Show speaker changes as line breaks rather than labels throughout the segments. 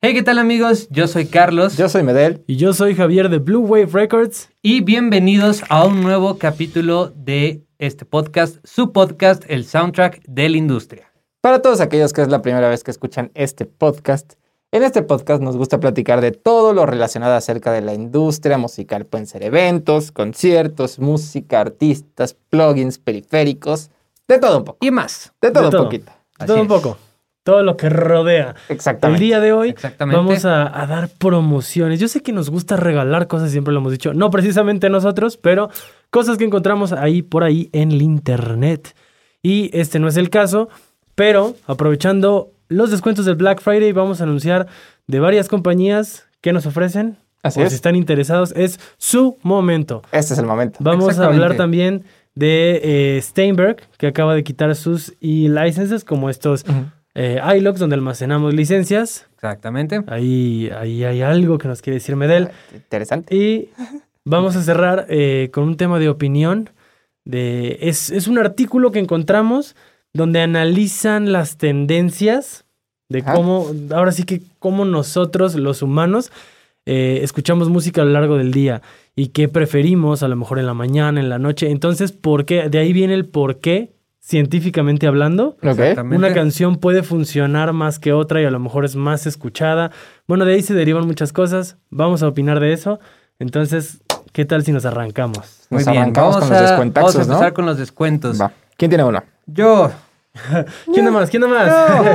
Hey, ¿qué tal amigos? Yo soy Carlos
Yo soy Medel.
Y yo soy Javier de Blue Wave Records.
y bienvenidos a un nuevo capítulo de este podcast, su podcast, el soundtrack de la industria.
Para todos aquellos que es la primera vez que escuchan este podcast, en este podcast nos gusta platicar de todo lo relacionado acerca de la industria musical. Pueden ser eventos, conciertos, música, artistas, plugins, periféricos, de todo un poco.
Y más.
De todo
De
un
todo.
poquito.
Así
todo un
es.
poco. Todo lo que rodea. El
Exactamente.
día de hoy
Exactamente.
vamos a, a dar promociones. Yo sé que nos gusta regalar cosas, siempre lo hemos dicho. No precisamente nosotros, pero cosas que encontramos ahí por ahí en el internet. Y este no es el caso, pero aprovechando los descuentos del Black Friday, vamos a anunciar de varias compañías que nos ofrecen.
Así
o
es.
si están interesados, es su momento.
Este es el momento.
Vamos a
Exactamente.
hablar también de eh, Steinberg, que acaba de quitar sus e-licenses, como estos eh, iLogs, donde almacenamos licencias.
Exactamente.
Ahí, ahí hay algo que nos quiere decir Medel.
Interesante.
Y vamos a cerrar eh, con un tema de opinión. De, es, es un artículo que encontramos donde analizan las tendencias de
Ajá.
cómo, ahora sí que cómo nosotros los humanos eh, escuchamos música a lo largo del día y qué preferimos a lo mejor en la mañana, en la noche. Entonces, ¿por qué? De ahí viene el por qué, científicamente hablando.
Ok.
Exactamente.
Una canción puede funcionar más que otra y a lo mejor es más escuchada. Bueno, de ahí se derivan muchas cosas. Vamos a opinar de eso. Entonces, ¿qué tal si nos arrancamos?
Muy
Nos
bien,
arrancamos
vamos
con
a, vamos a
los descuentazos, ¿no?
empezar con los descuentos.
Va. ¿Quién tiene uno?
Yo.
¿Quién más? ¿Quién más?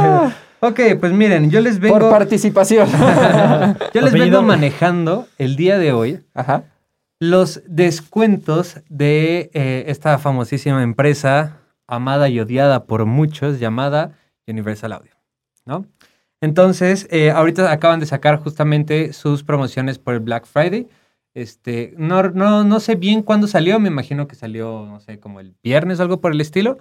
yo. ok, pues miren, yo les vengo,
Ah. Por participación.
yo les vengo
Apellido.
manejando el día de hoy
Ajá.
los descuentos de eh, esta famosísima empresa amada y odiada por muchos llamada Universal Audio, ¿no? Entonces, eh, ahorita acaban de sacar justamente sus promociones por el Black Friday. Este, no, no, no sé bien cuándo salió, me imagino que salió, no sé, como el viernes o algo por el estilo.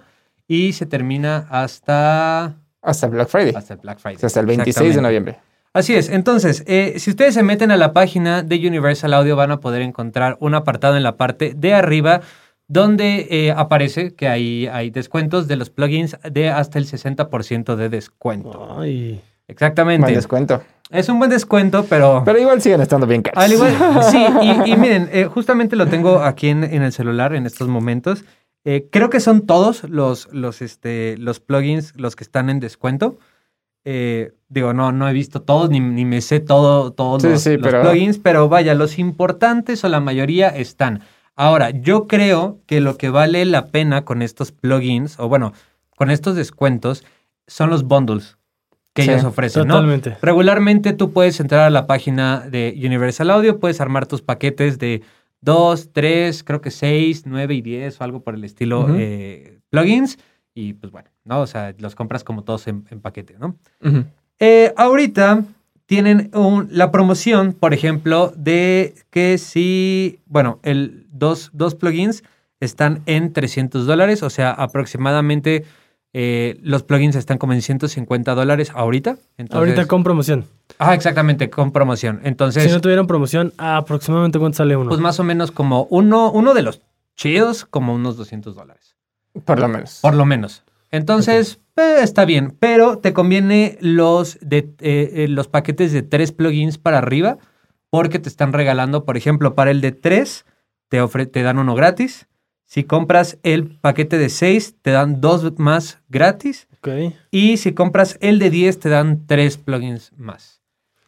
Y se termina hasta,
Hasta Black Friday.
hasta el Black Friday.
O sea, hasta el 26 de
Exactamente.
noviembre.
Así es. Entonces, eh, si ustedes se meten a la página de Universal Audio, van a poder encontrar un apartado en la parte de arriba donde eh, aparece que ahí hay descuentos de los plugins de hasta el 60% de descuento.
Ay.
Mal
Exactamente.
descuento.
Es un buen descuento, pero...
Pero igual siguen estando bien caros.
Al igual, sí, y, y miren, eh, justamente lo tengo aquí en, en el celular en estos momentos. Eh, creo que son todos los, los, este, los plugins los que están en descuento. Eh, digo, no, no he visto todos, ni, ni me sé todo, todos
Sí,
los,
sí,
los
pero-
plugins, pero vaya, los importantes o la mayoría están. Ahora, yo creo que lo que vale la pena con estos plugins, o bueno, con estos descuentos, son los bundles que
Sí,
ellos ofrecen, ¿no?
Totalmente.
Regularmente tú puedes entrar a la página de Universal Audio, puedes armar tus paquetes de 2, 3, creo que 6, 9 y 10 o algo por el estilo
Ujú.
eh, plugins. Y pues bueno, ¿no? O sea, los compras como todos en, en paquete, ¿no?
Ujú.
Eh, ahorita tienen un- la promoción, por ejemplo, de que si, bueno, el, dos, dos plugins están en 300 dólares, o sea, aproximadamente eh, los plugins están como en 150 dólares ahorita. Entonces,
Ahorita con promoción.
Ah, exactamente, con promoción. Entonces,
si no tuvieran promoción, aproximadamente cuánto sale uno.
pues más o menos como uno, uno de los chidos, como unos 200 dólares.
Por lo menos.
Por lo menos. Entonces, eh, está bien, pero te conviene los, de, eh, eh, los paquetes de tres plugins para arriba porque te están regalando, por ejemplo, para el de tres te, ofre- te dan uno gratis. Si compras el paquete de seis, te dan dos más gratis.
Ok.
Y si compras el de 10, te dan tres plugins más.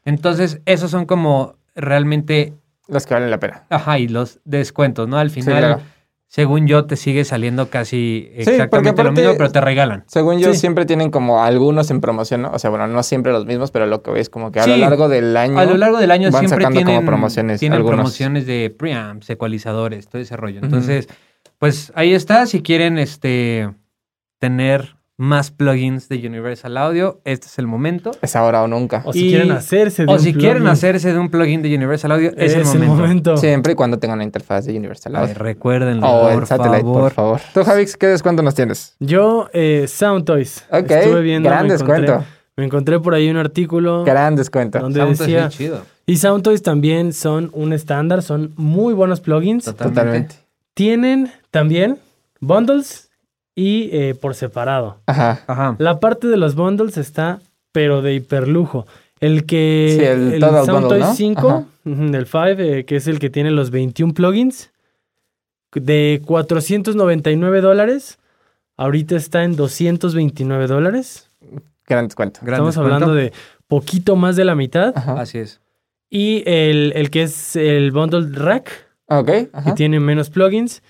Entonces, esos son como realmente,
Los que valen la pena.
ajá, y los descuentos, ¿no? Al
Sí,
final,
claro.
según yo, te sigue saliendo casi
porque
exactamente lo
aparte-
mismo, pero te regalan.
Según yo,
Sí.
siempre tienen como algunos en promoción, ¿no? O sea, bueno, no siempre los mismos, pero lo que veis como que a lo
Sí.
largo del año.
A lo largo del año
van
siempre
sacando como
tienen,
promociones,
tienen
algunos.
promociones de preamps, ecualizadores, todo ese rollo.
Ujú.
Entonces, pues ahí está. Si quieren este, tener más plugins de Universal Audio, este es el momento.
Es ahora o nunca.
O si
Y-
quieren hacerse de
O
un
si quieren
plugin,
hacerse de un plugin de Universal Audio, es, el momento.
Siempre y cuando tengan la interfaz de Universal
Ay,
Audio.
recuérdenlo,
O
por
en Oh, Satellite, por
favor.
favor. Tú, Javix, ¿qué descuento nos tienes?
Yo, eh, Sound Toys.
Ok,
Estuve viendo.
gran
me encontré-
descuento.
Me encontré por ahí un artículo.
Gran descuento.
donde
Sound es
decía,
bien chido.
Y Soundtoys también son un estándar, son muy buenos plugins.
Totalmente.
Tienen también bundles y eh, por separado.
Ajá.
Ajá.
La parte de los bundles está, pero de hiperlujo. El que.
Sí, el Total
Soundtoy
Bundle, ¿no?
5,
Ajá.
ujú, el 5, eh, que es el que tiene los 21 plugins, de 499 dólares, ahorita está en 229 dólares.
Gran descuento. Ah.
Gran
Estamos
descuento.
hablando de poquito más de la mitad.
Ajá.
Así es.
Y el, el que es el bundle rack,
Ok.
que
Ajá.
tiene menos plugins,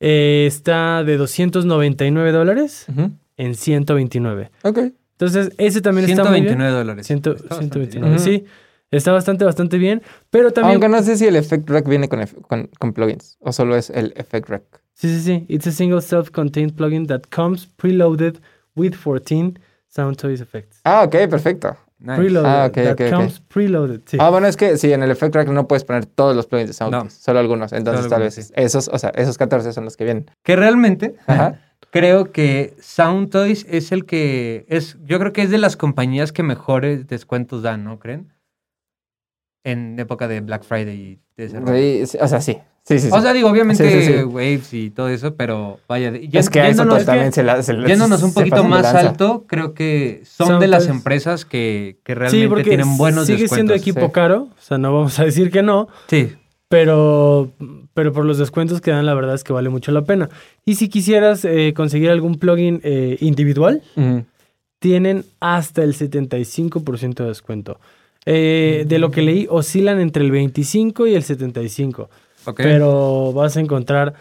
eh, está de 299 dólares
Ujú.
en 129.
Ok.
Entonces, ese también está muy bien.
129 dólares.
Ciento-
Está bastante
129,
bien.
sí. Está bastante, bastante bien. Pero también.
Aunque no sé si el Effect Rack viene con, efe- con, con plugins o solo es el Effect Rack.
Sí, sí, sí. It's a single self-contained plugin that comes preloaded with 14 sound toys effects.
Ah, ok, perfecto.
Nice.
Preloaded.
Ah, ok,
that
ok, ok.
comes preloaded. Sí.
Ah, bueno, es que sí, en el Effect Rack no puedes poner todos los plugins de SoundCloud,
No.
solo algunos. Entonces,
Solo
tal
algunos,
vez
sí.
esos, o sea, esos 14 son los que vienen.
Que realmente
Ajá.
creo que Soundtoys es el que es, yo creo que es de las compañías que mejores descuentos dan, ¿no creen? En época de Black Friday y de ese rollo.
Sí, sí, o sea, sí. Sí, sí, sí.
O sea, digo, obviamente
Sí, sí, sí.
Waves y todo eso, pero vaya, de-
es que a eso pues,
yéndonos-
también se la. se les-
Yéndonos un
se
poquito
pasan de
más
lanza.
alto, creo que son
Son
de las
tres.
empresas que, que realmente
sí, porque
tienen buenos
sigue siendo
descuentos.
equipo
sí.
caro. O sea, no vamos a decir que no.
Sí,
Pero, pero por los descuentos que dan, la verdad es que vale mucho la pena. Y si quisieras eh, conseguir algún plugin eh, individual,
Ujú.
tienen hasta el 75% de descuento. Eh, de lo que leí, oscilan entre el 25 y el 75.
ok.
Pero vas a encontrar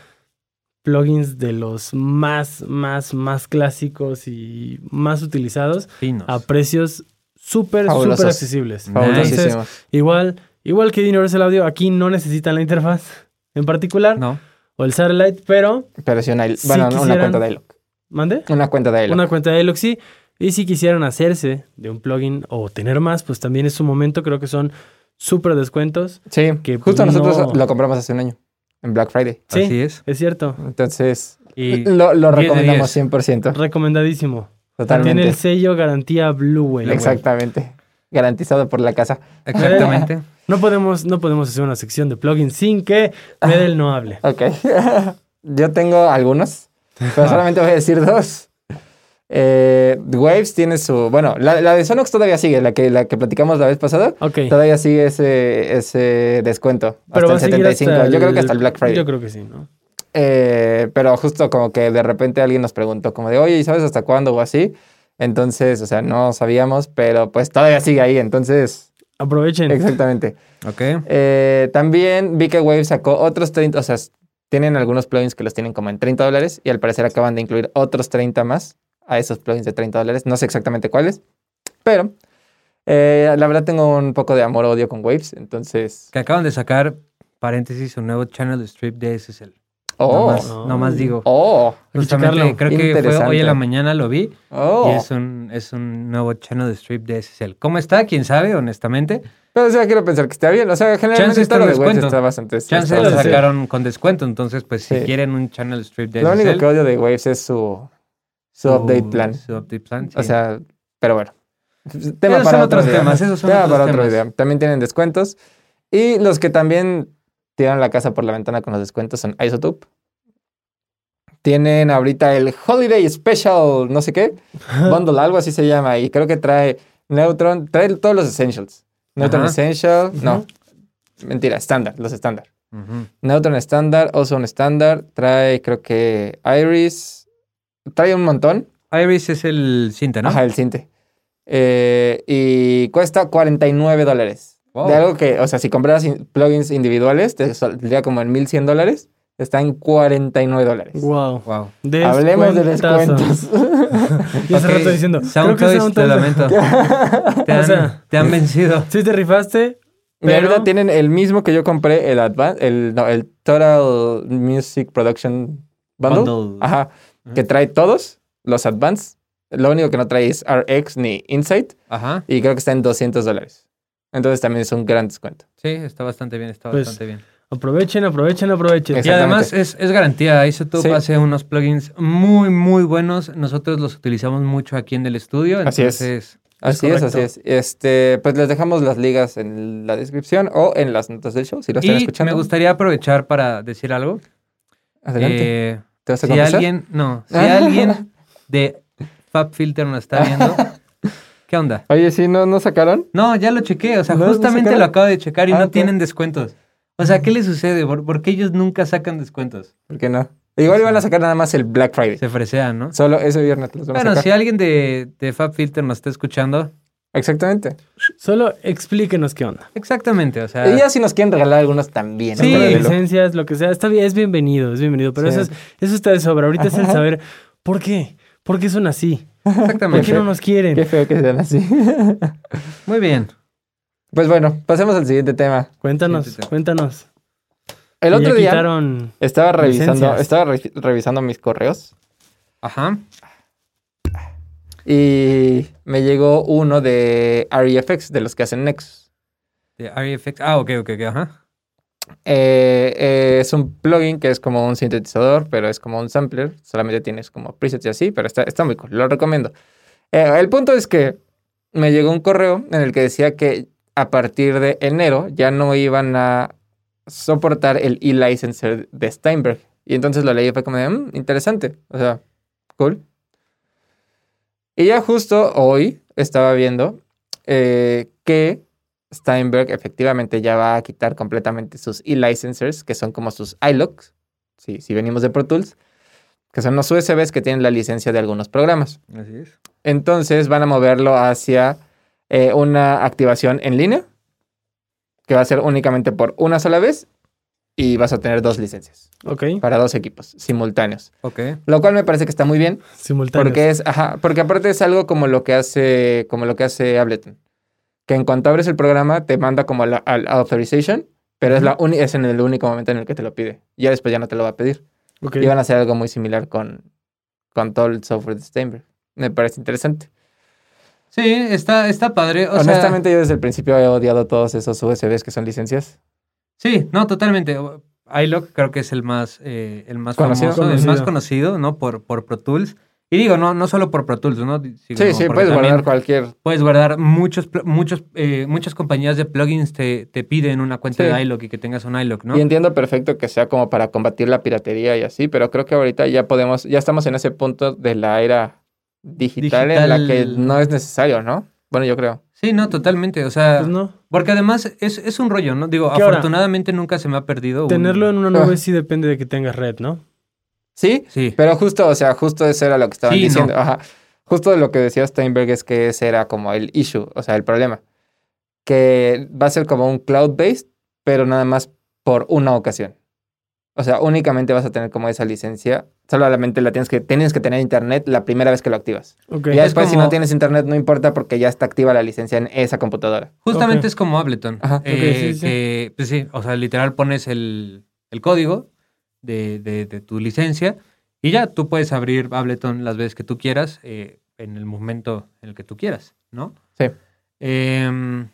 plugins de los más, más, más clásicos y más utilizados
Finos.
a precios súper,
Fabulosos.
súper accesibles.
Fabulosísimo.
Entonces, Igual, igual que Universal Audio, aquí no necesitan la interfaz en particular
no.
o el satellite, pero
Pero sí, una,
si
bueno, una
quisieran-
cuenta de Iloc.
mande
Una cuenta de Iloc.
una cuenta de Eloxy. Y si quisieran hacerse de un plugin o tener más, pues también es su momento. Creo que son súper descuentos.
Sí,
que,
justo
pues,
nosotros
no-
lo compramos hace un año, en Black Friday.
Sí.
Así es.
Es cierto,
Entonces,
Y
lo, lo
10 de
recomendamos
10.
100%.
recomendadísimo. Tiene
Totalmente.
el sello garantía Blue Whale.
Exactamente. Garantizado por la casa.
exactamente.
No podemos, no podemos hacer una sección de plugins sin que
Ah.
Medel no hable.
Ok. Yo tengo algunos, pero solamente voy a decir dos. Eh, Waves tiene su. Bueno, la, la de Sonox todavía sigue, la que, la que platicamos la vez pasada.
Ok.
Todavía sigue ese, ese descuento.
Pero va
hasta
a
el
seguir
75.
hasta
Yo creo que hasta el Black Friday.
Yo creo que sí, ¿no?
Eh, pero justo como que de repente alguien nos preguntó, como de, oye, ¿y sabes hasta cuándo o así? Entonces, o sea, no sabíamos, pero pues todavía sigue ahí. Entonces,
Aprovechen.
exactamente.
ok.
Eh, también vi que Wave sacó otros 30, o sea, tienen algunos plugins que los tienen como en 30 dólares y al parecer acaban de incluir otros 30 más a esos plugins de 30 dólares. No sé exactamente cuáles, pero eh, la verdad tengo un poco de amor-odio con Waves, entonces...
Que acaban de sacar, paréntesis, un nuevo channel strip de SSL.
¡Oh!
No más, Pues no más digo.
¡Oh!
que
Justamente,
checarlo.
creo que fue hoy
Interesante.
en la mañana lo vi.
¡Oh!
Y es un, es un nuevo channel strip de SSL. ¿Cómo está? ¿Quién sabe? Honestamente.
Pero o sea, quiero pensar que está bien. O sea,
Chance
generalmente
está
todo lo de
en
Waves
descuento.
está bastante... está
Chance lo
bastante-
sí.
sacaron con descuento. Entonces, pues, si
Sí.
quieren un channel strip de
Lo
SSL...
único que odio de Waves es su, su update
su-
plan.
Su update plan, sí.
O sea, pero bueno.
Esos son otros temas, esos son
Tema
otros
para otro
temas.
video. También tienen descuentos. Y los que también tiran la casa por la ventana con los descuentos son Isotope. Tienen ahorita el Holiday Special, no sé qué, bundle, algo así se llama. Y creo que trae Neutron, trae todos los Essentials. Neutron
Ajá.
Essential, no,
Ujú.
mentira, estándar, los estándar.
Ujú.
Neutron estándar, Ozone estándar, trae creo que Iris, trae un montón.
Iris es el cinta, ¿no?
Ajá, el Cinte. Eh, y cuesta 49 dólares.
Wow.
De algo que, o sea, si compraras in- plugins individuales, te saldría como en 1100 dólares. Está en 49 dólares.
Wow.
Wow.
Hablemos de
Descuentazo.
descuentos.
Y hace
Ok,
rato diciendo. creo que
Soundtoys, te
Soundtoys-
lamento. te, han,
O sea- pues,
te han vencido.
Sí, te rifaste.
Y ahorita
Pero-
tienen el mismo que yo compré, el Advan- el, no, el Total Music Production Bundle.
Bundle.
Ajá. Que trae todos los Advanced. Lo único que no trae es RX ni Insight.
Ajá.
Y creo que está en 200 dólares. Entonces también es un gran descuento.
Sí, está bastante bien, está
Pues,
bastante bien.
Aprovechen, aprovechen, aprovechen.
Y
Exacto.
además es, es garantía. Isotope
Sí.
hace unos plugins muy, muy buenos. Nosotros los utilizamos mucho aquí en el estudio.
Así es.
Entonces,
Así es, así es. Este, pues les dejamos las ligas en la descripción o en las notas del show, si lo están
Y
escuchando.
me gustaría aprovechar para decir algo.
Adelante.
Eh,
¿Te vas a
si
confesar?
alguien, no, si alguien de Fab Filter nos está viendo, ¿Qué onda?
Oye, sí, ¿no, no sacaron?
No, ya lo chequé. O sea,
¿No lo
justamente
sacaron?
lo acabo de checar y
Ah,
no
ok.
tienen descuentos. O sea, ¿qué les sucede? ¿Por, por qué ellos nunca sacan descuentos?
¿Por qué no? Igual iban a sacar nada más el Black Friday.
Se fresean, ¿no?
Solo ese viernes los van a
Bueno,
sacar.
si alguien de, de FabFilter nos está escuchando,
Exactamente.
Solo explíquenos qué onda.
exactamente, o sea,
Y ya si nos quieren regalar algunos también.
Sí,
¿no? Pero de lo-
licencias, lo que sea, está bien, es bienvenido, es bienvenido, pero
Sí.
eso, es, eso está de sobra. Ahorita es el saber por qué, por qué son así, por
exactamente.
qué no nos quieren.
Qué feo que sean así.
Muy bien.
pues bueno, pasemos al siguiente tema.
Cuéntanos,
Siéntete.
cuéntanos.
El
Que
otro
ya
día
quitaron
estaba revisando,
licencias.
estaba re- revisando mis correos
Ajá.
y me llegó uno de REFX, de los que hacen Nexus.
De RFX. Ah, ok, ok, ok, ajá.
Eh, eh, es un plugin que es como un sintetizador, pero es como un sampler. Solamente tienes como presets y así, pero está, está muy cool. Lo recomiendo. Eh, el punto es que me llegó un correo en el que decía que a partir de enero ya no iban a soportar el e-licenser de Steinberg. Y entonces lo leí y fue como de, "Mm, interesante. O sea, cool. Y ya justo hoy estaba viendo eh, que Steinberg efectivamente ya va a quitar completamente sus e-licensors, que son como sus iLocs, si, si venimos de Pro Tools, que son los USBs que tienen la licencia de algunos programas.
Así es.
Entonces van a moverlo hacia eh, una activación en línea, que va a ser únicamente por una sola vez, y vas a tener dos licencias
Ok,
para dos equipos simultáneos,
Ok.
lo cual me parece que está muy bien.
simultáneos.
Porque es, ajá, porque aparte es algo como lo que hace, como lo que hace Ableton. Que en cuanto abres el programa, te manda como la- al authorization, pero es, la uni- es en el único momento en el que te lo pide. Ya después ya no te lo va a pedir.
Ok.
Y van a hacer algo muy similar con, con todo el software de Steinberg. Me parece interesante.
Sí, está, está padre. O sea,
Honestamente, yo desde el principio he odiado todos esos USBs que son licencias.
sí, no, totalmente. iLock creo que es el más, eh, el más
Conocido.
famoso, el
Conocido.
más conocido, ¿no? Por, por Pro Tools. Y digo, no, no solo por Pro Tools, ¿no? Sí,
Sí, sí, puedes guardar cualquier.
Puedes guardar muchos, pl- muchos, eh, muchas compañías de plugins te, te piden una cuenta
Sí.
de iLock y que tengas un iLock, ¿no?
Y entiendo perfecto que sea como para combatir la piratería y así, pero creo que ahorita ya podemos, ya estamos en ese punto de la era digital, en la que
Digital.
no es necesario, ¿no? Bueno, yo creo.
Sí, no, totalmente. O sea,
Pues no.
porque además es, es un rollo, ¿no? Digo,
¿Qué hora?
afortunadamente nunca se me ha perdido. un-
Tenerlo en una
Ah.
nube sí depende de que tengas red, ¿no?
Sí,
Sí.
pero justo, o sea, justo eso era lo que estaban
Sí, no.
diciendo. Ajá. Justo lo que decía Steinberg es que ese era como el issue, o sea, el problema. Que va a ser como un cloud-based, pero nada más por una ocasión. O sea, únicamente vas a tener como esa licencia. Solamente la tienes que, tienes que tener internet la primera vez que lo activas.
Ok.
Y ya
Es
después, si
como-
no tienes internet, no importa porque ya está activa la licencia en esa computadora.
Justamente
Ok.
es como Ableton.
Ajá.
eh,
Ok, sí, sí.
que, pues sí, o sea, literal pones el, el código de, de- de tu licencia y ya tú puedes abrir Ableton las veces que tú quieras eh, en el momento en el que tú quieras, ¿no?
Sí.
Em,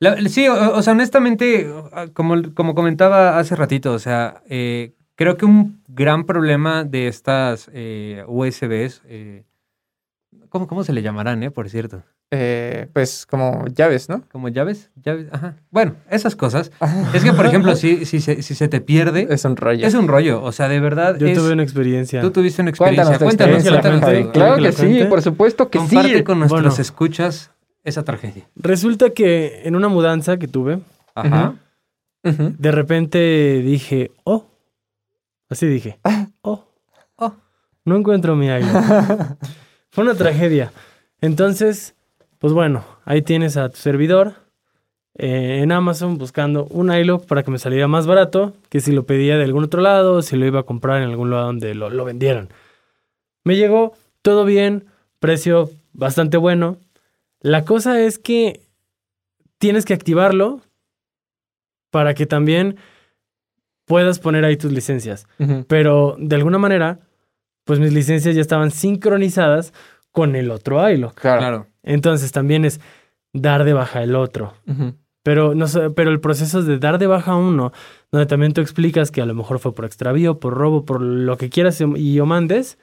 la- sí, o, o sea, honestamente, como, como comentaba hace ratito, o sea, eh, creo que un gran problema de estas eh, USBs, eh, ¿cómo, ¿cómo se le llamarán, eh, por cierto?
Eh, pues como llaves, ¿no?
Como llaves, llaves, ajá. Bueno, esas cosas. Es que, por ejemplo, si, si, se, si se te pierde,
Es un rollo.
es un rollo. O sea, de verdad,
Yo
es-
tuve una experiencia.
tú tuviste una experiencia.
Cuéntanos, tu
Cuéntanos,
experiencia,
cuéntanos.
Javi.
tu-
Claro
que
que
la
sí,
cuente.
por supuesto que sí.
Comparte con nuestros
Bueno.
escuchas esa tragedia.
Resulta que en una mudanza que tuve,
Ajá.
Ujú. Ujú.
de repente dije, oh. Así dije, oh.
Oh.
No encuentro mi iPhone. Fue una tragedia. Entonces, pues bueno, ahí tienes a tu servidor eh, en Amazon buscando un iLog para que me saliera más barato que si lo pedía de algún otro lado, si lo iba a comprar en algún lugar donde lo, lo vendieran. Me llegó todo bien, precio bastante bueno. La cosa es que tienes que activarlo para que también puedas poner ahí tus licencias
Ujú.
pero de alguna manera, pues mis licencias ya estaban sincronizadas con el otro iLock.
Claro.
Claro.
Entonces también es dar de baja el otro.
Ujú.
Pero, no, sé, pero el proceso de dar de baja uno, donde también tú explicas que a lo mejor fue por extravío, por robo, por lo que quieras y o mandes,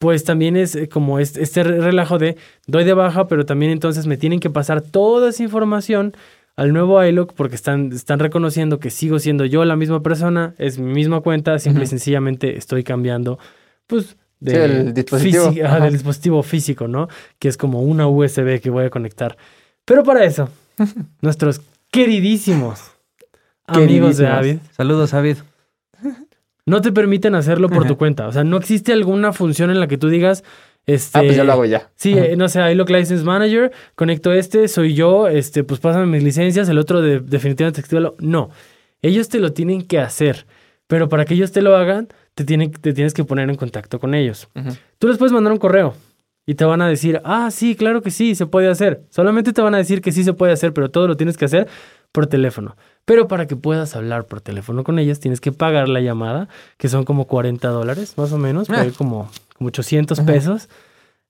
pues también es eh, como es- este re- relajo de doy de baja, pero también entonces me tienen que pasar toda esa información al nuevo iLock porque están, están reconociendo que sigo siendo yo la misma persona, es mi misma cuenta, simple y
Ujú.
sencillamente estoy cambiando pues
Sí, el dispositivo.
físico- ajá,
Ajá.
del dispositivo físico, ¿no? Que es como una USB que voy a conectar. Pero para eso, nuestros queridísimos amigos de
Queridísimos.
Avid
Saludos, Avid.
no te permiten hacerlo por
Ajá.
tu cuenta. O sea, no existe alguna función en la que tú digas, este...
Ah, pues yo lo hago ya.
Sí,
Ajá.
eh, no sé, iLock License Manager, conecto este, soy yo, este, pues pásame mis licencias, el otro de, definitivamente actívalo. No, ellos te lo tienen que hacer, pero para que ellos te lo hagan, te, tienen, te tienes que poner en contacto con ellos.
Ujú.
Tú les puedes mandar un correo y te van a decir, ah, sí, claro que sí, se puede hacer. Solamente te van a decir que sí se puede hacer, pero todo lo tienes que hacer por teléfono. Pero para que puedas hablar por teléfono con ellos, tienes que pagar la llamada, que son como 40 dólares, más o menos, por
Ah.
ahí como, como 800
Ajá.
pesos.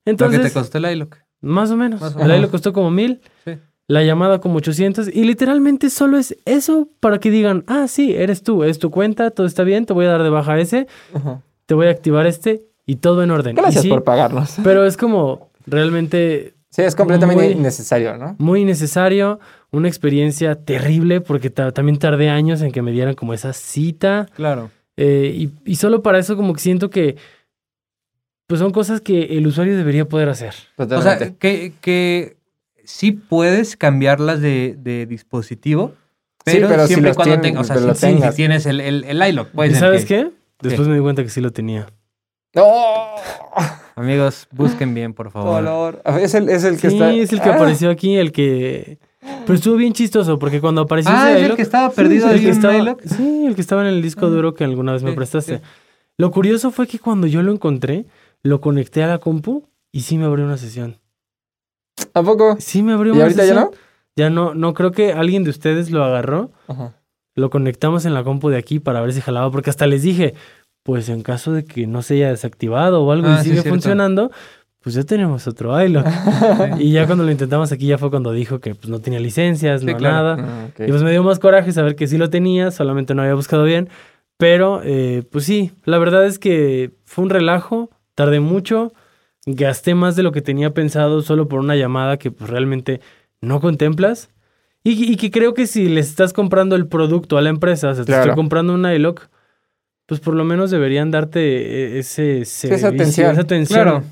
Entonces,
Lo que te costó el iLook.
más o menos.
Más o
El
menos.
aire costó como mil.
Sí.
La llamada como 800. Y literalmente solo es eso para que digan, ah, sí, eres tú, es tu cuenta, todo está bien, te voy a dar de baja ese,
Ujú.
te voy a activar este y todo en orden. Y
Gracias
sí,
por pagarnos.
Pero es como realmente
Sí, es completamente
Muy-
innecesario, ¿no?
muy necesario, una experiencia terrible porque ta- también tardé años en que me dieran como esa cita.
Claro.
Eh, y, y solo para eso como que siento que pues son cosas que el usuario debería poder hacer.
O
Totalmente.
sea, eh, que, que sí puedes cambiarlas de, de dispositivo,
Sí,
pero,
pero si
siempre
los
cuando
tienes,
tengas, o sea,
pero
si,
los
si- si
tengas.
tienes el, el, el iLock, pues.
¿Y
en
sabes
que-
qué? Después me di cuenta que sí lo tenía.
¡Oh!
Amigos, busquen bien, por favor.
Dolor. Es el, es el que
sí,
está.
es el que
Ah,
apareció aquí, el que... Pero estuvo bien chistoso porque cuando apareció
Ah,
ese
es el
iLock-
que estaba perdido
sí,
ahí en
estaba,
un iLock.
sí, el que estaba en el disco duro que alguna vez me
Sí,
prestaste.
sí.
Lo curioso fue que cuando yo lo encontré, lo conecté a la compu y sí me abrió una sesión.
¿A poco?
Sí me abrió
¿Y
una
ahorita ya
sesión.
no?
ya no? Ya no, no creo que alguien de ustedes lo agarró.
Ajá.
Lo conectamos en la compu de aquí para ver si jalaba, porque hasta les dije, pues en caso de que no se haya desactivado o algo
Ah,
y
sí,
sigue
cierto.
funcionando, pues ya tenemos otro iLock.
Sí.
Y ya cuando lo intentamos aquí ya fue cuando dijo que pues, no tenía licencias,
Sí,
no
claro.
nada.
Ah, ok.
Y pues me dio más coraje saber que sí lo tenía, solamente no había buscado bien. Pero eh, pues sí, la verdad es que fue un relajo, tardé mucho, gasté más de lo que tenía pensado solo por una llamada que pues realmente no contemplas. Y, y que creo que si le estás comprando el producto a la empresa, o sea, te
Claro.
estoy comprando un iLock, pues por lo menos deberían darte eh, ese servicio,
atención.
esa atención.
Claro.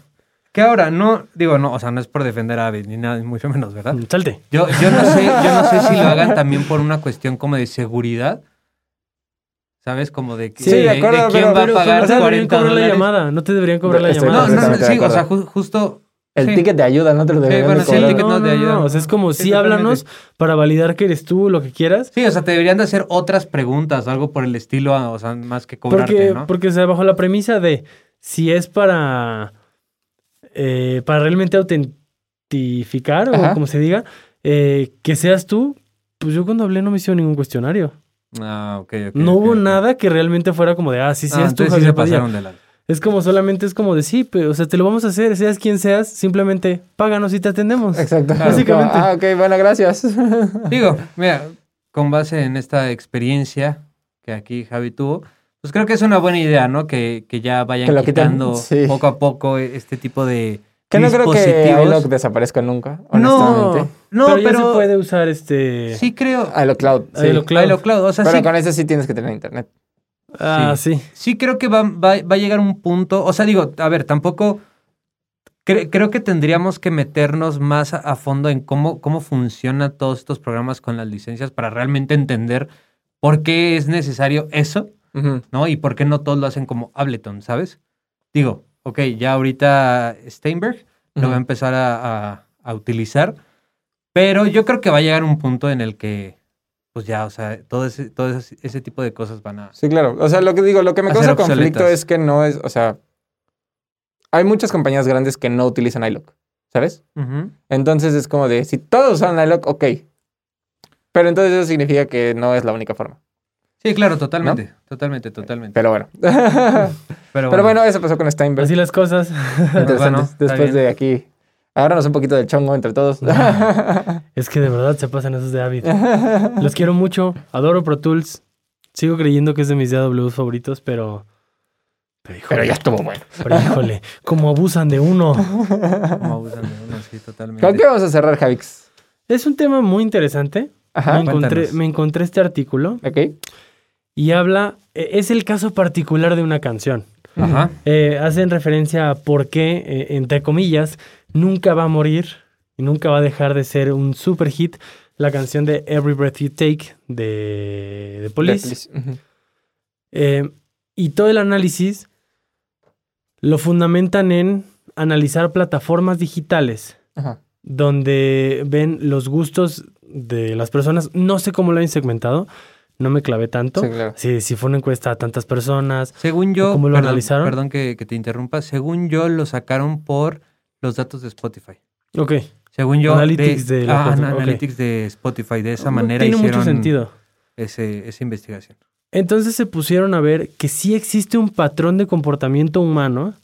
Que ahora, no, digo, no, o sea, no es por defender a Avid, ni nada, ni mucho menos, ¿verdad?
Mm, Salte.
Yo, yo, no sé, yo no sé si lo hagan también por una cuestión como de seguridad. ¿Sabes? Como de, que-
Sí,
de,
de acuerdo,
quién
pero-
va
Pero
a pagar
no te deberían
40
cobrar la
dólares.
llamada, no te deberían cobrar la
Estoy
No,
llamada.
no, no,
Completamente
sí,
de
o sea,
acuerdo.
ju- justo.
El
sí.
ticket de ayuda, no te lo deberían
bueno,
de
sí, el
cobrar.
ticket- no te ayuda.
o sea, es como si
Sí, totalmente.
háblanos para validar que eres tú, lo que quieras.
Sí, o sea, te deberían de hacer otras preguntas, algo por el estilo, ah, o sea, más que cobrarte,
Porque,
¿no?
porque, o sea, bajo la premisa de si es para, eh, para realmente autentificar,
Ajá.
o como se diga, eh, que seas tú, pues yo cuando hablé no me hicieron ningún cuestionario.
Ah, ok, ok.
no
ok,
hubo
ok.
nada que realmente fuera como de, ah, sí, sí,
Ah,
es tú,
entonces sí
Javier
se
Padilla.
pasaron de la...
Es como solamente es como de, sí, pero, o sea, te lo vamos a hacer, seas quien seas, simplemente páganos y te atendemos.
Exacto.
Básicamente.
Ah, ok, bueno, gracias.
Digo, mira, con base en esta experiencia que aquí Javi tuvo, pues creo que es una buena idea, ¿no? Que, que ya vayan
Que lo quiten,
quitando
sí.
poco a poco este tipo de
que no creo que
dispositivos.
iLock desaparezca nunca,
no,
honestamente.
no,
pero,
pero,
ya se puede usar este...
sí creo.
iLock Cloud. sí.
iLock Cloud.
Ahí lo clavo, o sea,
Pero
Ah, sí,
con ese sí tienes que tener internet.
Ah, sí.
sí creo que va, va- va a llegar un punto, o sea, digo, a ver, tampoco cre- creo que tendríamos que meternos más a, a fondo en cómo, cómo funcionan todos estos programas con las licencias para realmente entender por qué es necesario eso.
Ujú.
¿no? Y por qué no todos lo hacen como Ableton, ¿sabes? Digo, ok, ya ahorita Steinberg lo va a
Ujú.
empezar a, a- a utilizar, pero yo creo que va a llegar un punto en el que, pues ya, o sea, todo ese, todo ese, ese tipo de cosas van a...
Sí, claro. O sea, lo que digo, lo que me
Hacer
causa conflicto
obsoletas.
es que no es, o sea, hay muchas compañías grandes que no utilizan iLock, ¿sabes?
Ujú.
Entonces es como de, si todos usan iLock, ok. Pero entonces eso significa que no es la única forma.
Sí, claro, totalmente, totalmente, totalmente.
Pero bueno.
Pero,
Pero bueno, eso pasó con Steinberg.
Así las cosas.
Interesantes.
Bueno, está
Después
bien.
de aquí, agárranos un poquito del chongo entre todos.
Es que de verdad se pasan esos de Avid. Los quiero mucho. Adoro Pro Tools. Sigo creyendo que es de mis DAWs favoritos, pero. Pero híjole.
Pero ya estuvo bueno.
pero híjole, Como abusan de uno.
como abusan de uno, sí, totalmente.
¿Con qué vamos a cerrar, Javix?
Es un tema muy interesante.
Ajá.
me, encontré,
cuéntanos.
me encontré este artículo
Ok.
y habla. e- Es el caso particular de una canción.
Ajá.
eh, hacen referencia a por qué, eh, entre comillas, nunca va a morir y nunca va a dejar de ser un super hit la canción de Every Breath You Take de, de Police.
Ujú.
Eh, y todo el análisis lo fundamentan en analizar plataformas digitales
Ajá.
donde ven los gustos de las personas. No sé cómo lo han segmentado, no me clavé tanto.
Sí, claro.
Si, si fue una encuesta a tantas personas.
Según yo,
¿Cómo lo
perdón,
analizaron?
perdón que, que te interrumpa, según yo lo sacaron por los datos de Spotify.
Ok.
Según yo,
Analytics de la
ah,
cosa,
ana-
ok.
analytics de Spotify, de esa manera
Tiene
hicieron
mucho sentido.
ese- esa investigación.
Entonces se pusieron a ver que sí existe un patrón de comportamiento humano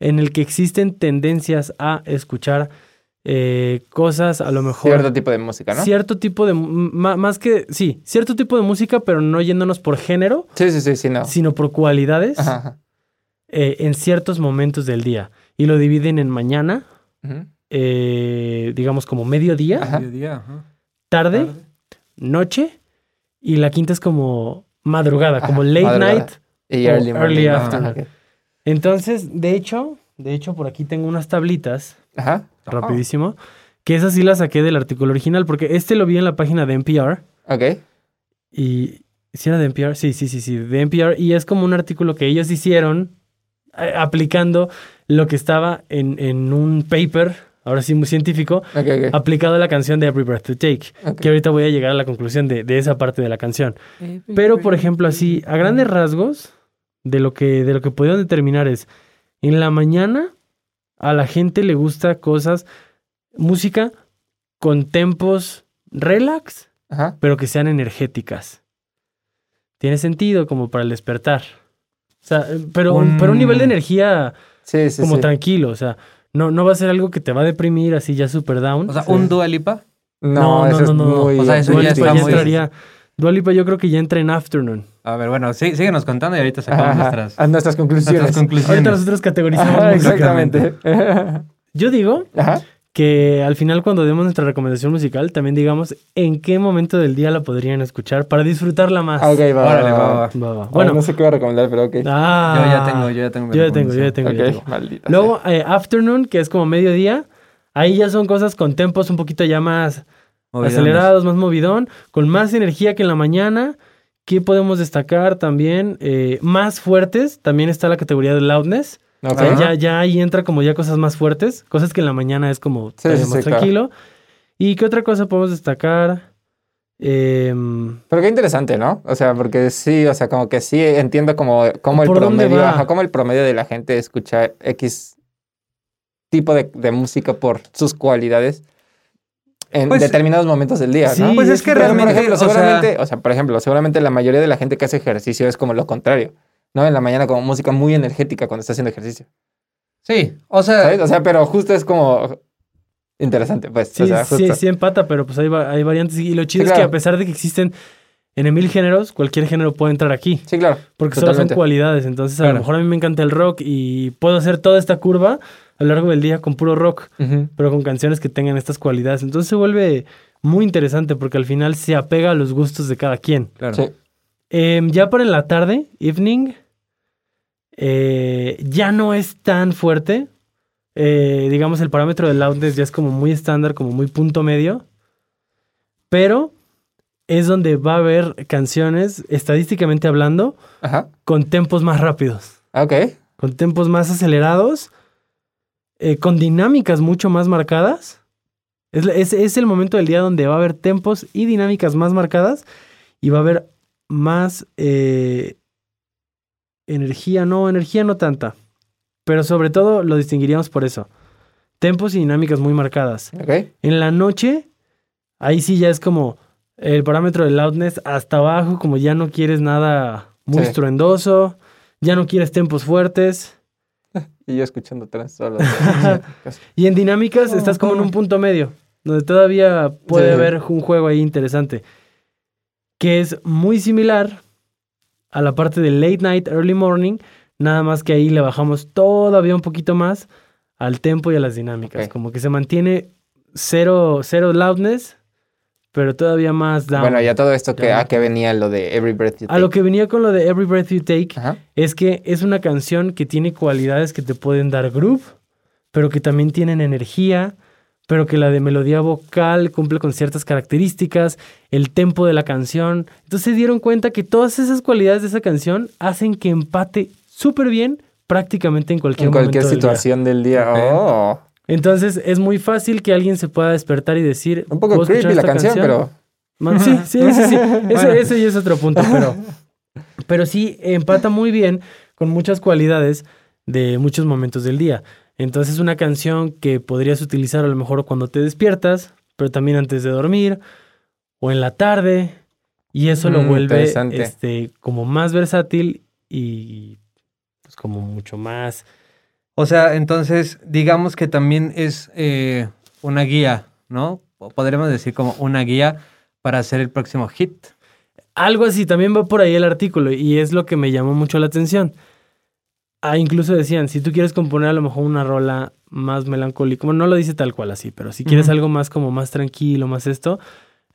en el que existen tendencias a escuchar eh, cosas a lo mejor...
Cierto tipo de música, ¿no?
Cierto tipo de... m- ma- Más que... Sí, cierto tipo de música, pero no yéndonos por género,
Sí, sí, sí, sí, no.
sino por cualidades.
Ajá, ajá.
eh, en ciertos momentos del día y lo dividen en mañana,
Ujú.
eh, digamos como mediodía,
Ajá.
Mediodía, ajá.
tarde,
Tarde.
noche y la quinta es como madrugada, como
Ajá,
late
madrugada.
night.
Y
O
early, morning,
early
¿no?
afternoon.
Ajá.
Entonces, de hecho, de hecho por aquí tengo unas tablitas,
Ajá.
rapidísimo, que esas sí las saqué del artículo original porque este lo vi en la página de NPR
Ok.
y ¿sí era de NPR, sí, sí, sí, sí, de NPR y es como un artículo que ellos hicieron eh, aplicando lo que estaba en, en un paper, ahora sí muy científico,
Ok, ok.
aplicado a la canción de Every Breath You Take,
Ok.
que ahorita voy a llegar a la conclusión de, de esa parte de la canción. Pero, por ejemplo, así, a grandes rasgos, de lo que, de lo que pudieron determinar es, en la mañana a la gente le gusta cosas, música con tempos relax,
Ajá.
pero que sean energéticas. Tiene sentido como para el despertar. O sea, pero,
Un-
pero un nivel de energía
Sí, sí,
como
sí.
tranquilo, o sea, no, no va a ser algo que te va a deprimir así ya super down.
O sea,
Sí.
un Dualipa.
No,
No,
eso
no,
es
no, no.
muy...
O sea, eso
Dua
ya
Lipa
está
ya
muy-
entraría. Dua Lipa yo creo que ya entra en Afternoon.
A ver, bueno, sí, síguenos contando y ahorita sacamos
Ajá,
nuestras,
a nuestras conclusiones.
nuestras conclusiones.
Ahorita nosotros categorizamos.
Ajá,
música.
exactamente.
Yo digo
Ajá.
que al final cuando demos nuestra recomendación musical, también digamos en qué momento del día la podrían escuchar para disfrutarla más.
Ah, Ok, va, va,
Órale,
va,
va,
va.
va.
Va, va.
Bueno,
Bueno.
no sé qué voy a recomendar, pero ok.
ah,
Yo ya tengo, yo ya tengo. mi
Yo ya tengo, yo ya
recomendación.
tengo. yo ya tengo.
ok, maldita.
Luego, eh, Afternoon, que es como mediodía. Ahí ya son cosas con tempos un poquito ya más
Movidones.
acelerados, más movidón, con más energía que en la mañana. ¿Qué podemos destacar también? Eh, más fuertes, también está la categoría de loudness.
sea. Ok.
O sea,
Ajá.
ya, ya ahí entra como ya cosas más fuertes, cosas que en la mañana es como
sí,
estaría
sí,
más
claro.
tranquilo. ¿Y qué otra cosa podemos destacar? Em,
Pero qué interesante, ¿no? O sea, porque sí, o sea, como que sí entiendo como, como el
¿Por dónde
promedio,
va?
ajá, como el promedio de la gente escucha X tipo de, de música por sus cualidades en
Pues-
determinados momentos del día, ¿no?
Sí,
Pues es que
Pero,
Pero, por
realmente,
ejemplo,
o sea,
seguramente, o sea, por ejemplo, seguramente la mayoría de la gente que hace ejercicio es como lo contrario, ¿no? En la mañana como música muy energética cuando está haciendo ejercicio,
sí, o
¿sabes?
sea,
O sea, pero justo es como interesante, pues,
sí,
o sea,
sí,
justo.
sí empata, pero pues hay, va- hay variantes. Y lo chido
Sí,
es que
claro.
a pesar de que existen en mil géneros, cualquier género puede entrar aquí.
Sí, claro.
Porque solo
totalmente.
son cualidades. Entonces, a
Claro.
lo mejor a mí me encanta el rock y puedo hacer toda esta curva a lo largo del día con puro rock,
Ujú.
pero con canciones que tengan estas cualidades. Entonces se vuelve muy interesante porque al final se apega a los gustos de cada quien.
claro.
Sí.
Em, ya para en la tarde, evening, eh, ya no es tan fuerte. Eh, digamos, el parámetro del loudness ya es como muy estándar, como muy punto medio. Pero es donde va a haber canciones, estadísticamente hablando,
Ajá.
con tempos más rápidos,
Ah, Ok.
con tempos más acelerados, eh, con dinámicas mucho más marcadas. Es, la- es- es el momento del día donde va a haber tempos y dinámicas más marcadas y va a haber más eh, energía, no, energía no tanta, pero sobre todo lo distinguiríamos por eso. Tempos y dinámicas muy marcadas.
Ok.
En la noche, ahí sí ya es como el parámetro de loudness hasta abajo, como ya no quieres nada muy
Sí.
estruendoso, ya no quieres tempos fuertes.
Y yo escuchando trans todas las
Y en dinámicas
Oh,
estás como en
¿cómo?
un punto medio, donde todavía puede
Sí.
haber un juego ahí interesante, que es muy similar a la parte de late night, early morning, nada más que ahí le bajamos todavía un poquito más al tempo y a las dinámicas,
Ok.
como que se mantiene cero, cero loudness, pero todavía más down.
Bueno, ya todo esto que,
Ya.
a que venía lo de Every Breath You Take.
A lo que venía con lo de Every Breath You Take
Ajá.
es que es una canción que tiene cualidades que te pueden dar groove, pero que también tienen energía, pero que la de melodía vocal cumple con ciertas características, el tempo de la canción. Entonces se dieron cuenta que todas esas cualidades de esa canción hacen que empate súper bien prácticamente en cualquier
En cualquier
momento del día.
situación del día.
Ok.
Oh,
Entonces es muy fácil que alguien se pueda despertar y decir...
un poco
"Voy a escuchar
creepy la
esta
canción, pero
Man- sí, sí, sí, sí. Eso,
Bueno.
eso ya es otro punto, pero, pero sí empata muy bien con muchas cualidades de muchos momentos del día. Entonces, una canción que podrías utilizar a lo mejor cuando te despiertas, pero también antes de dormir o en la tarde. Y eso lo
Mm,
vuelve
interesante.
este, como más versátil y pues como mucho más.
O sea, entonces, digamos que también es eh, una guía, ¿no? O Podríamos decir como una guía para hacer el próximo hit.
Algo así, también va por ahí el artículo y es lo que me llamó mucho la atención. Ah, incluso decían, si tú quieres componer a lo mejor una rola más melancólica, bueno, no lo dice tal cual así, pero si quieres
Ujú.
algo más como más tranquilo, más esto,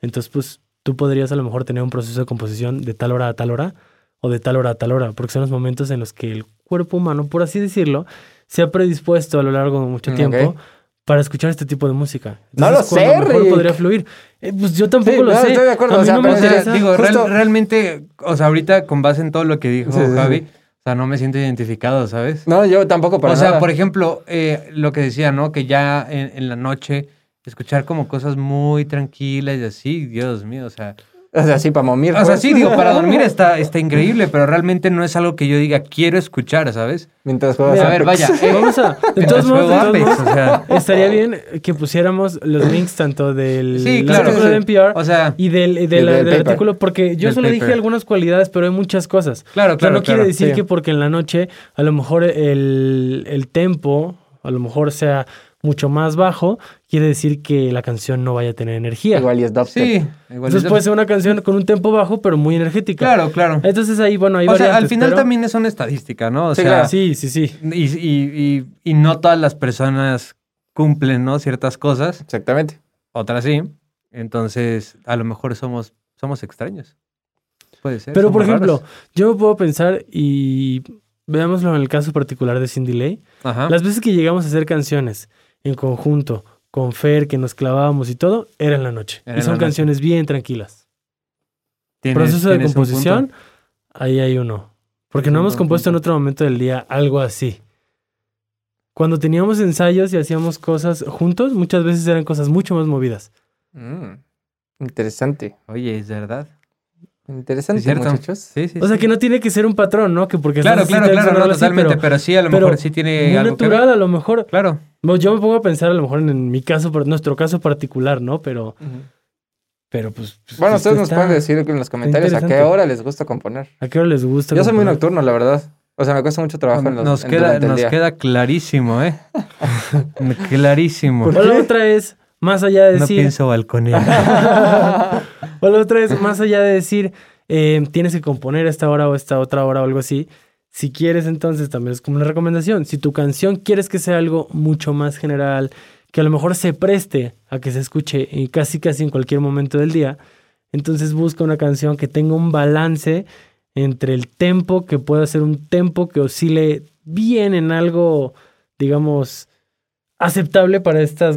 entonces pues tú podrías a lo mejor tener un proceso de composición de tal hora a tal hora o de tal hora a tal hora, porque son los momentos en los que el cuerpo humano, por así decirlo, se ha predispuesto a lo largo de mucho
Mm,
tiempo
ok.
para escuchar este tipo de música.
No lo
cuando
sé,
mejor
Rick.
podría fluir. Eh, pues yo tampoco
Sí,
lo
no,
sé.
estoy de acuerdo,
A
o
mí
sea,
no me
pero
O sea,
interesa.
digo, real-
justo-
realmente, o sea, ahorita con base en todo lo que dijo
Sí, sí, sí.
Javi, o sea, no me siento identificado, ¿sabes?
no, yo tampoco para
o sea,
nada.
por ejemplo, eh, lo que decía, ¿no? Que ya en, en la noche escuchar como cosas muy tranquilas y así, Dios mío, o sea.
O sea, sí, para momir.
O sea,
pues.
sí, digo, para dormir está, está increíble, pero realmente no es algo que yo diga quiero escuchar, ¿sabes?
Mientras juegas
Mira,
a ver,
Apex.
vaya. eh,
Vamos a. De
mientras
todos modos, de
juego
todos
Apex,
modos,
o sea.
estaría bien que pusiéramos los links tanto del
Sí,
del
claro.
artículo de NPR
O sea,
y del, y de
Y
la-
del
del
paper.
artículo, porque yo
Del
solo dije
paper.
algunas cualidades, pero hay muchas cosas.
claro,
O sea,
claro.
no quiere
claro.
decir
sí.
que porque en la noche a lo mejor el, el tempo a lo mejor sea mucho más bajo, quiere decir que la canción no vaya a tener energía.
Igual y es dubstep.
Sí, igual
Entonces
es-
puede ser una canción con un tempo bajo, pero muy energética.
Claro, claro.
Entonces ahí, bueno, hay
o sea, al
variantes,
final
pero-
también es una estadística, ¿no? O
Sí,
sea,
claro,
Sí, sí, sí.
y, y- y- y no todas las personas cumplen, ¿no? Ciertas cosas,
Exactamente.
otras sí. Entonces, a lo mejor somos, somos extraños. Puede ser.
Pero,
somos
por ejemplo,
raros.
yo me puedo pensar y veámoslo en el caso particular de Cindy Lay.
Ajá.
Las veces que llegamos a hacer canciones en conjunto, con Fer, que nos clavábamos y todo, era en la noche.
Era
y
en
son
la noche.
canciones bien tranquilas.
Tienes-
Proceso de
tienes un punto.
composición, ahí hay uno. Porque no
Tienes
hemos
un
compuesto en
punto.
otro momento del día algo así. Cuando teníamos ensayos y hacíamos cosas juntos, muchas veces eran cosas mucho más movidas.
Mm, Interesante.
Oye, es verdad.
Interesante,
Es cierto.
muchachos.
Sí, sí.
O sea
sí.
que no tiene que ser un patrón, ¿no? Que porque
Claro,
estás así,
claro,
te haces
claro,
una
no,
rola así, pero
totalmente, pero, sí, a lo
pero
mejor sí tiene
muy
algo que
natural,
ver.
a lo mejor.
Claro.
Bueno, yo me pongo a pensar, a lo mejor en, en mi caso, por nuestro caso particular, ¿no? Pero, pero pues. pues,
Bueno,
esto
ustedes nos
está-
pueden decir en los comentarios a qué
interesante.
hora les gusta componer.
¿A qué hora les gusta?
Yo soy muy
componer?
nocturno, la verdad. O sea, me cuesta mucho trabajo en los,
Nos
en-
queda,
durante el
nos
día.
queda clarísimo, ¿eh? clarísimo.
O la otra es, más allá de
No
decir.
pienso balconear.
o la otra es, más allá de decir, eh, tienes que componer a esta hora o esta otra hora o algo así. Si quieres, entonces también es como una recomendación. Si tu canción quieres que sea algo mucho más general, que a lo mejor se preste a que se escuche en casi casi en cualquier momento del día, entonces busca una canción que tenga un balance entre el tempo, que pueda ser un tempo que oscile bien en algo, digamos, aceptable para estas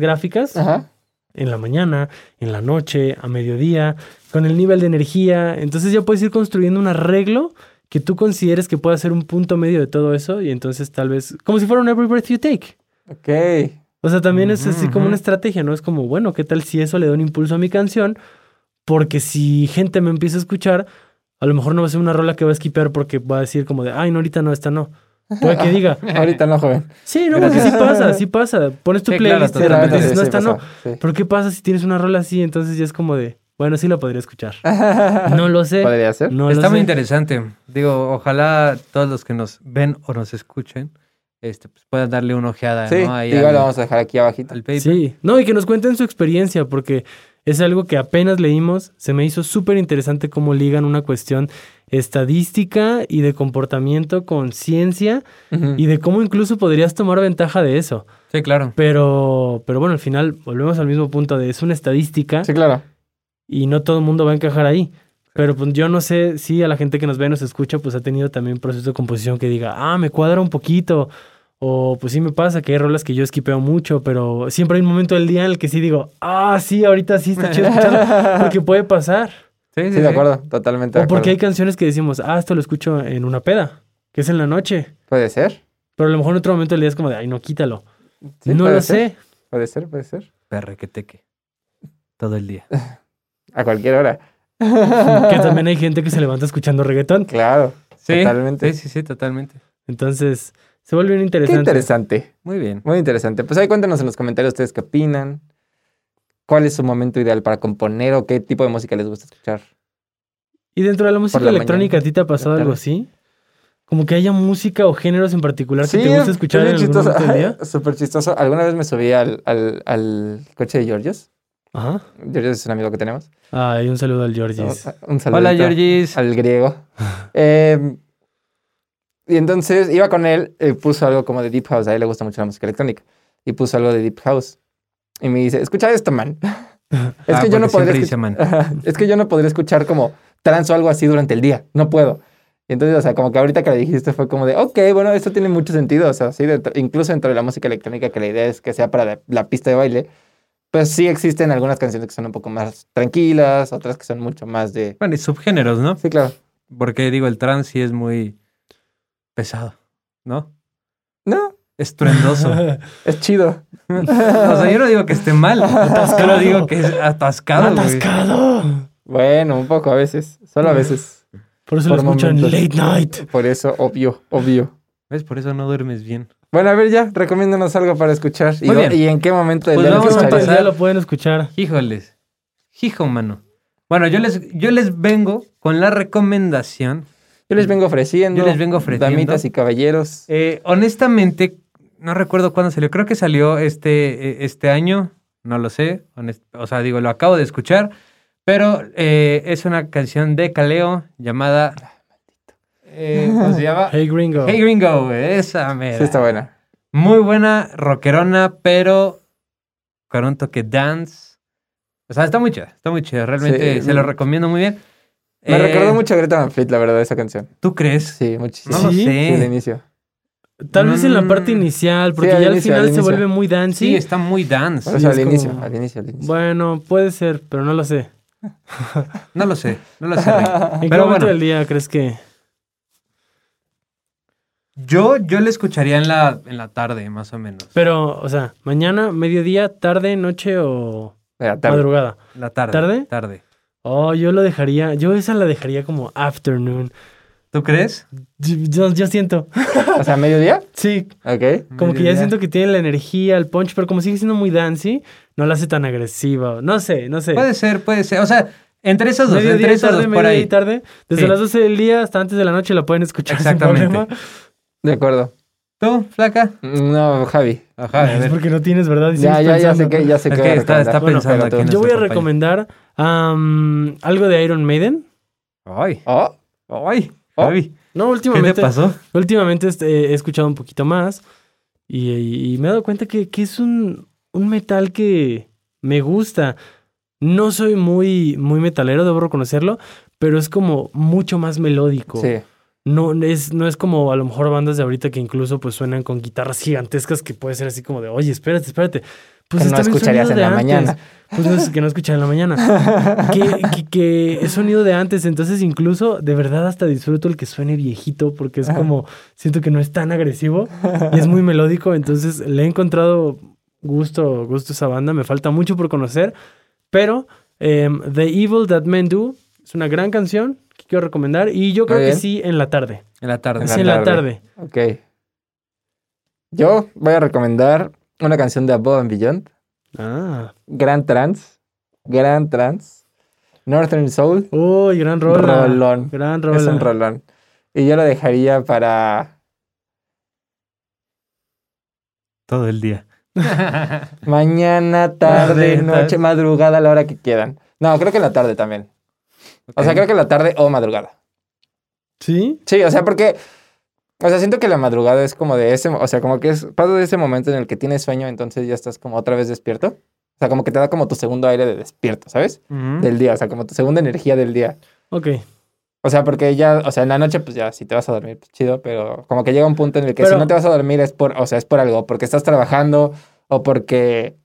gráficas
Ajá.
en la mañana, en la noche, a mediodía, con el nivel de energía. Entonces ya puedes ir construyendo un arreglo que tú consideres que pueda ser un punto medio de todo eso y entonces tal vez, como si fuera un Every Breath You Take.
Ok.
O sea, también es así como
Ujú.
una estrategia, ¿no? Es como, bueno, ¿qué tal si eso le da un impulso a mi canción? Porque si gente me empieza a escuchar, a lo mejor no va a ser una rola que va a esquipear porque va a decir como de, ay, no, ahorita no, esta no. Puede que diga,
Ahorita no, joven.
sí, no, porque sí
Gracias.
pasa, sí pasa. Pones tu
Sí, claro,
playlist y de
totalmente.
repente dices,
sí,
no,
sí,
esta
pasa,
no. Pero ¿qué pasa si tienes una rola así? Entonces ya es como de, bueno, sí la podría escuchar. No lo sé.
¿Podría ser?
No
Está
lo
muy
sé.
interesante. Digo, ojalá todos los que nos ven o nos escuchen este, pues, puedan darle una ojeada
Sí,
¿no? Ahí
igual
al,
lo vamos a dejar aquí abajito.
al paper.
Sí, no, y que nos cuenten su experiencia, porque es algo que apenas leímos, se me hizo súper interesante cómo ligan una cuestión estadística y de comportamiento con ciencia
Ujú.
y de cómo incluso podrías tomar ventaja de eso.
Sí, claro.
Pero, pero bueno, al final volvemos al mismo punto de es una estadística
Sí, claro.
y no todo el mundo va a encajar ahí. Pero pues, yo no sé si a la gente que nos ve y nos escucha, pues ha tenido también un proceso de composición que diga, ah, me cuadra un poquito. O pues sí me pasa que hay rolas que yo esquipeo mucho, pero siempre hay un momento del día en el que sí digo, ah, sí, ahorita sí está chido escucharlo, porque puede pasar.
Sí,
Sí, de acuerdo, totalmente. de
O porque hay
acuerdo.
canciones que decimos, ah, esto lo escucho en una peda, que es en la noche.
Puede ser.
Pero a lo mejor en otro momento del día es como de, ay, no, quítalo.
Sí,
no
puede
lo
ser,
sé.
Puede ser, puede ser.
Perrequeteque. Todo el día.
A cualquier hora.
Que también hay gente que se levanta escuchando reggaetón.
Claro.
Sí,
Totalmente.
Sí, sí, sí, totalmente.
Entonces, se vuelve bien
Qué
interesante.
interesante.
Muy bien.
Muy interesante. Pues ahí cuéntenos en los comentarios ustedes qué opinan. ¿Cuál es su momento ideal para componer o qué tipo de música les gusta escuchar?
Y dentro de la música
la
electrónica,
mañana,
¿a ti te ha pasado
tarde.
algo así? Como que haya música o géneros en particular que te gusta escuchar en
bien
algún
chistoso.
momento del día.
Súper chistoso. Alguna vez me subí al, al- al coche de Georgios.
Ajá.
Georgios es un amigo que tenemos.
Ay, un saludo al Georgis.
Un saludo.
Hola, Georgis.
Al griego. Eh, y entonces iba con él, eh, puso algo como de Deep House. A él le gusta mucho la música electrónica. Y puso algo de Deep House. Y me dice, escucha esto, man. es
Ah,
que yo no
porque siempre
podría
dice, man.
Ajá, es que yo no podría escuchar como trance o algo así durante el día. No puedo. Y Entonces, o sea, como que ahorita que le dijiste fue como de, ok, bueno, esto tiene mucho sentido. O sea, sí, dentro- incluso dentro de la música electrónica, que la idea es que sea para la, la pista de baile, pues sí existen algunas canciones que son un poco más tranquilas, otras que son mucho más de.
Bueno, y subgéneros, ¿no?
Sí, claro.
Porque digo, el trans sí es muy pesado, ¿no?
No,
Estruendoso.
es chido.
o sea, yo no digo que esté mal. Yo no digo que es atascado. güey.
¡Atascado!
Bueno, un poco a veces, solo a veces.
Por eso
Por
lo escuchan
momentos.
late night.
Por eso, obvio, obvio.
¿Ves? Por eso no duermes bien.
Bueno, a ver ya, recomiéndanos algo para escuchar. ¿Y,
Muy
do-
bien.
y en qué momento del
Pues
día lo
vamos a
Vamos a
escucharías?
pasar-
ya lo pueden escuchar.
Híjoles. Hijo, mano. Bueno, yo les, yo les vengo con la recomendación.
Yo les vengo ofreciendo.
Yo les vengo ofreciendo.
Damitas y caballeros.
Eh, honestamente, no recuerdo cuándo salió. Creo que salió este, eh, este año. No lo sé. honest- o sea, digo, lo acabo de escuchar. Pero eh, es una canción de Caleo llamada. Ah, Eh, ¿Cómo se llama?
Hey gringo.
Hey Gringo, esa mera.
Sí, está buena.
Muy buena, rockerona, pero con un toque dance. O sea, está muy chida, está muy chida. Realmente
Sí,
se lo
mm.
recomiendo muy bien.
Me
Eh,
recordó mucho a Greta Van Fleet, la verdad, esa canción.
¿Tú crees?
Sí, muchísimo.
No lo
¿Sí?
Sí, el
sé.
inicio.
Tal vez en la parte
Mm.
inicial, porque
al
ya al
inicio, al
final se
inicio.
vuelve muy
Sí,
dancey.
está muy dance.
Por
Sí,
eso al
es
inicio,
como-
al inicio, al inicio.
Bueno, puede ser, pero no lo sé.
No lo sé, no lo sé. Rey.
¿En qué
Pero bueno,
momento del día crees que...?
yo, yo la escucharía en la, en la tarde, más o menos.
Pero, o sea, mañana, mediodía, tarde, noche o
Era tarde.
madrugada.
La tarde.
¿Tarde?
Tarde.
Oh, yo lo dejaría, yo esa la dejaría como afternoon.
¿Tú crees?
Yo, yo- yo siento,
O sea, mediodía.
sí,
Ok.
como que ya
Mediodía.
siento que tiene la energía, el punch, pero como sigue siendo muy dancey, no la hace tan agresiva. No sé, no sé.
Puede ser, puede ser. O sea, entre esas dos, entre
Mediodía y
esas
tarde,
dos por
mediodía y
ahí.
tarde. Desde
Sí.
las 12 del día hasta antes de la noche la pueden escuchar sin
Exactamente.
problema.
De acuerdo.
¿Tú, flaca?
No, Javi.
Ajá, a
Es
ver.
porque no tienes, ¿verdad? Y
Ya,
sigues
ya, ya sé
pensando.
que, ya sé
Es
que.
que está- está
Bueno,
pensando
pero tú-
aquí en
Yo voy a
acompaña.
recomendar am, algo de Iron Maiden.
Ay,
Oh,
ay,
Oh.
Javi,
No,
¿qué
últimamente.
te pasó?
Últimamente este, he escuchado un poquito más y, y- y me he dado cuenta que, que es un, un metal que me gusta. No soy muy, muy metalero, debo reconocerlo, pero es como mucho más melódico.
sí.
No, es, no es como a lo mejor bandas de ahorita que incluso pues suenan con guitarras gigantescas que puede ser así como de, oye, espérate, espérate. Pues
Que no
está bien
escucharías
sonido
en
de
la
antes.
mañana.
Pues no es que no escuchaba en la mañana. que, que- que es sonido de antes. Entonces, incluso, de verdad, hasta disfruto el que suene viejito porque es como, siento que no es tan agresivo y es muy melódico. Entonces, le he encontrado gusto, gusto a esa banda. Me falta mucho por conocer. Pero em, The Evil That Men Do es una gran canción que quiero recomendar. Y yo creo
Muy
que
bien.
sí en la tarde.
En la tarde.
En
Sí, en la
tarde.
tarde.
Ok. Yo voy a recomendar una canción de Above and Beyond.
Ah.
Gran trance. Gran trance. Northern Soul.
Uy, gran rola.
Rolón.
Gran rola.
Es un rolón. Y yo lo dejaría para
Todo el día.
mañana, tarde,
Tarde,
noche,
tarde.
madrugada, a la hora que quieran. No, creo que en la tarde también. O sea, creo que en la tarde o madrugada.
¿Sí?
Sí, o sea, porque. O sea, siento que la madrugada es como de ese. O sea, como que es. Paso de ese momento en el que tienes sueño, entonces ya estás como otra vez despierto. O sea, como que te da como tu segundo aire de despierto, ¿sabes?
Ujú.
Del día, o sea, como tu segunda energía del día.
Ok.
O sea, porque ya, o sea, en la noche, pues ya, si te vas a dormir, pues chido, pero como que llega un punto en el que
Pero-
si no te vas a dormir es por, o sea, es por algo, porque estás trabajando o porque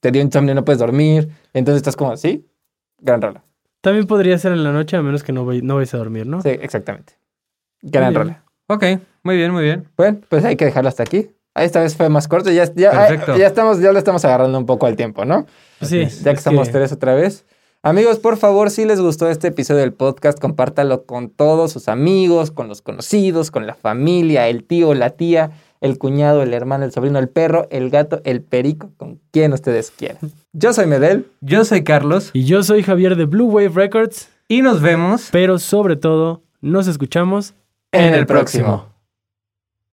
te dio insomnio y no puedes dormir. Entonces estás como, sí, gran rola.
También podría ser en la noche, a menos que no, vai- no vais a dormir, ¿no?
Sí, exactamente. Gran
bien.
rola.
Ok, muy bien, muy bien.
Bueno, pues hay que dejarlo hasta aquí. Ah, Esta vez fue más corto, ya, ya,
Perfecto.
ya estamos, ya le estamos agarrando un poco al tiempo, ¿no?
Pues Sí,
es.
Ya que
es
estamos tres otra vez. Amigos, por favor, si les gustó este episodio del podcast, compártalo con todos sus amigos, con los conocidos, con la familia, el tío, la tía, el cuñado, el hermano, el sobrino, el perro, el gato, el perico, con quien ustedes quieran. Yo soy Medel.
Yo soy Carlos
Y yo soy Javier de Blue Wave Records,
y nos vemos
pero sobre todo, nos escuchamos
En el próximo.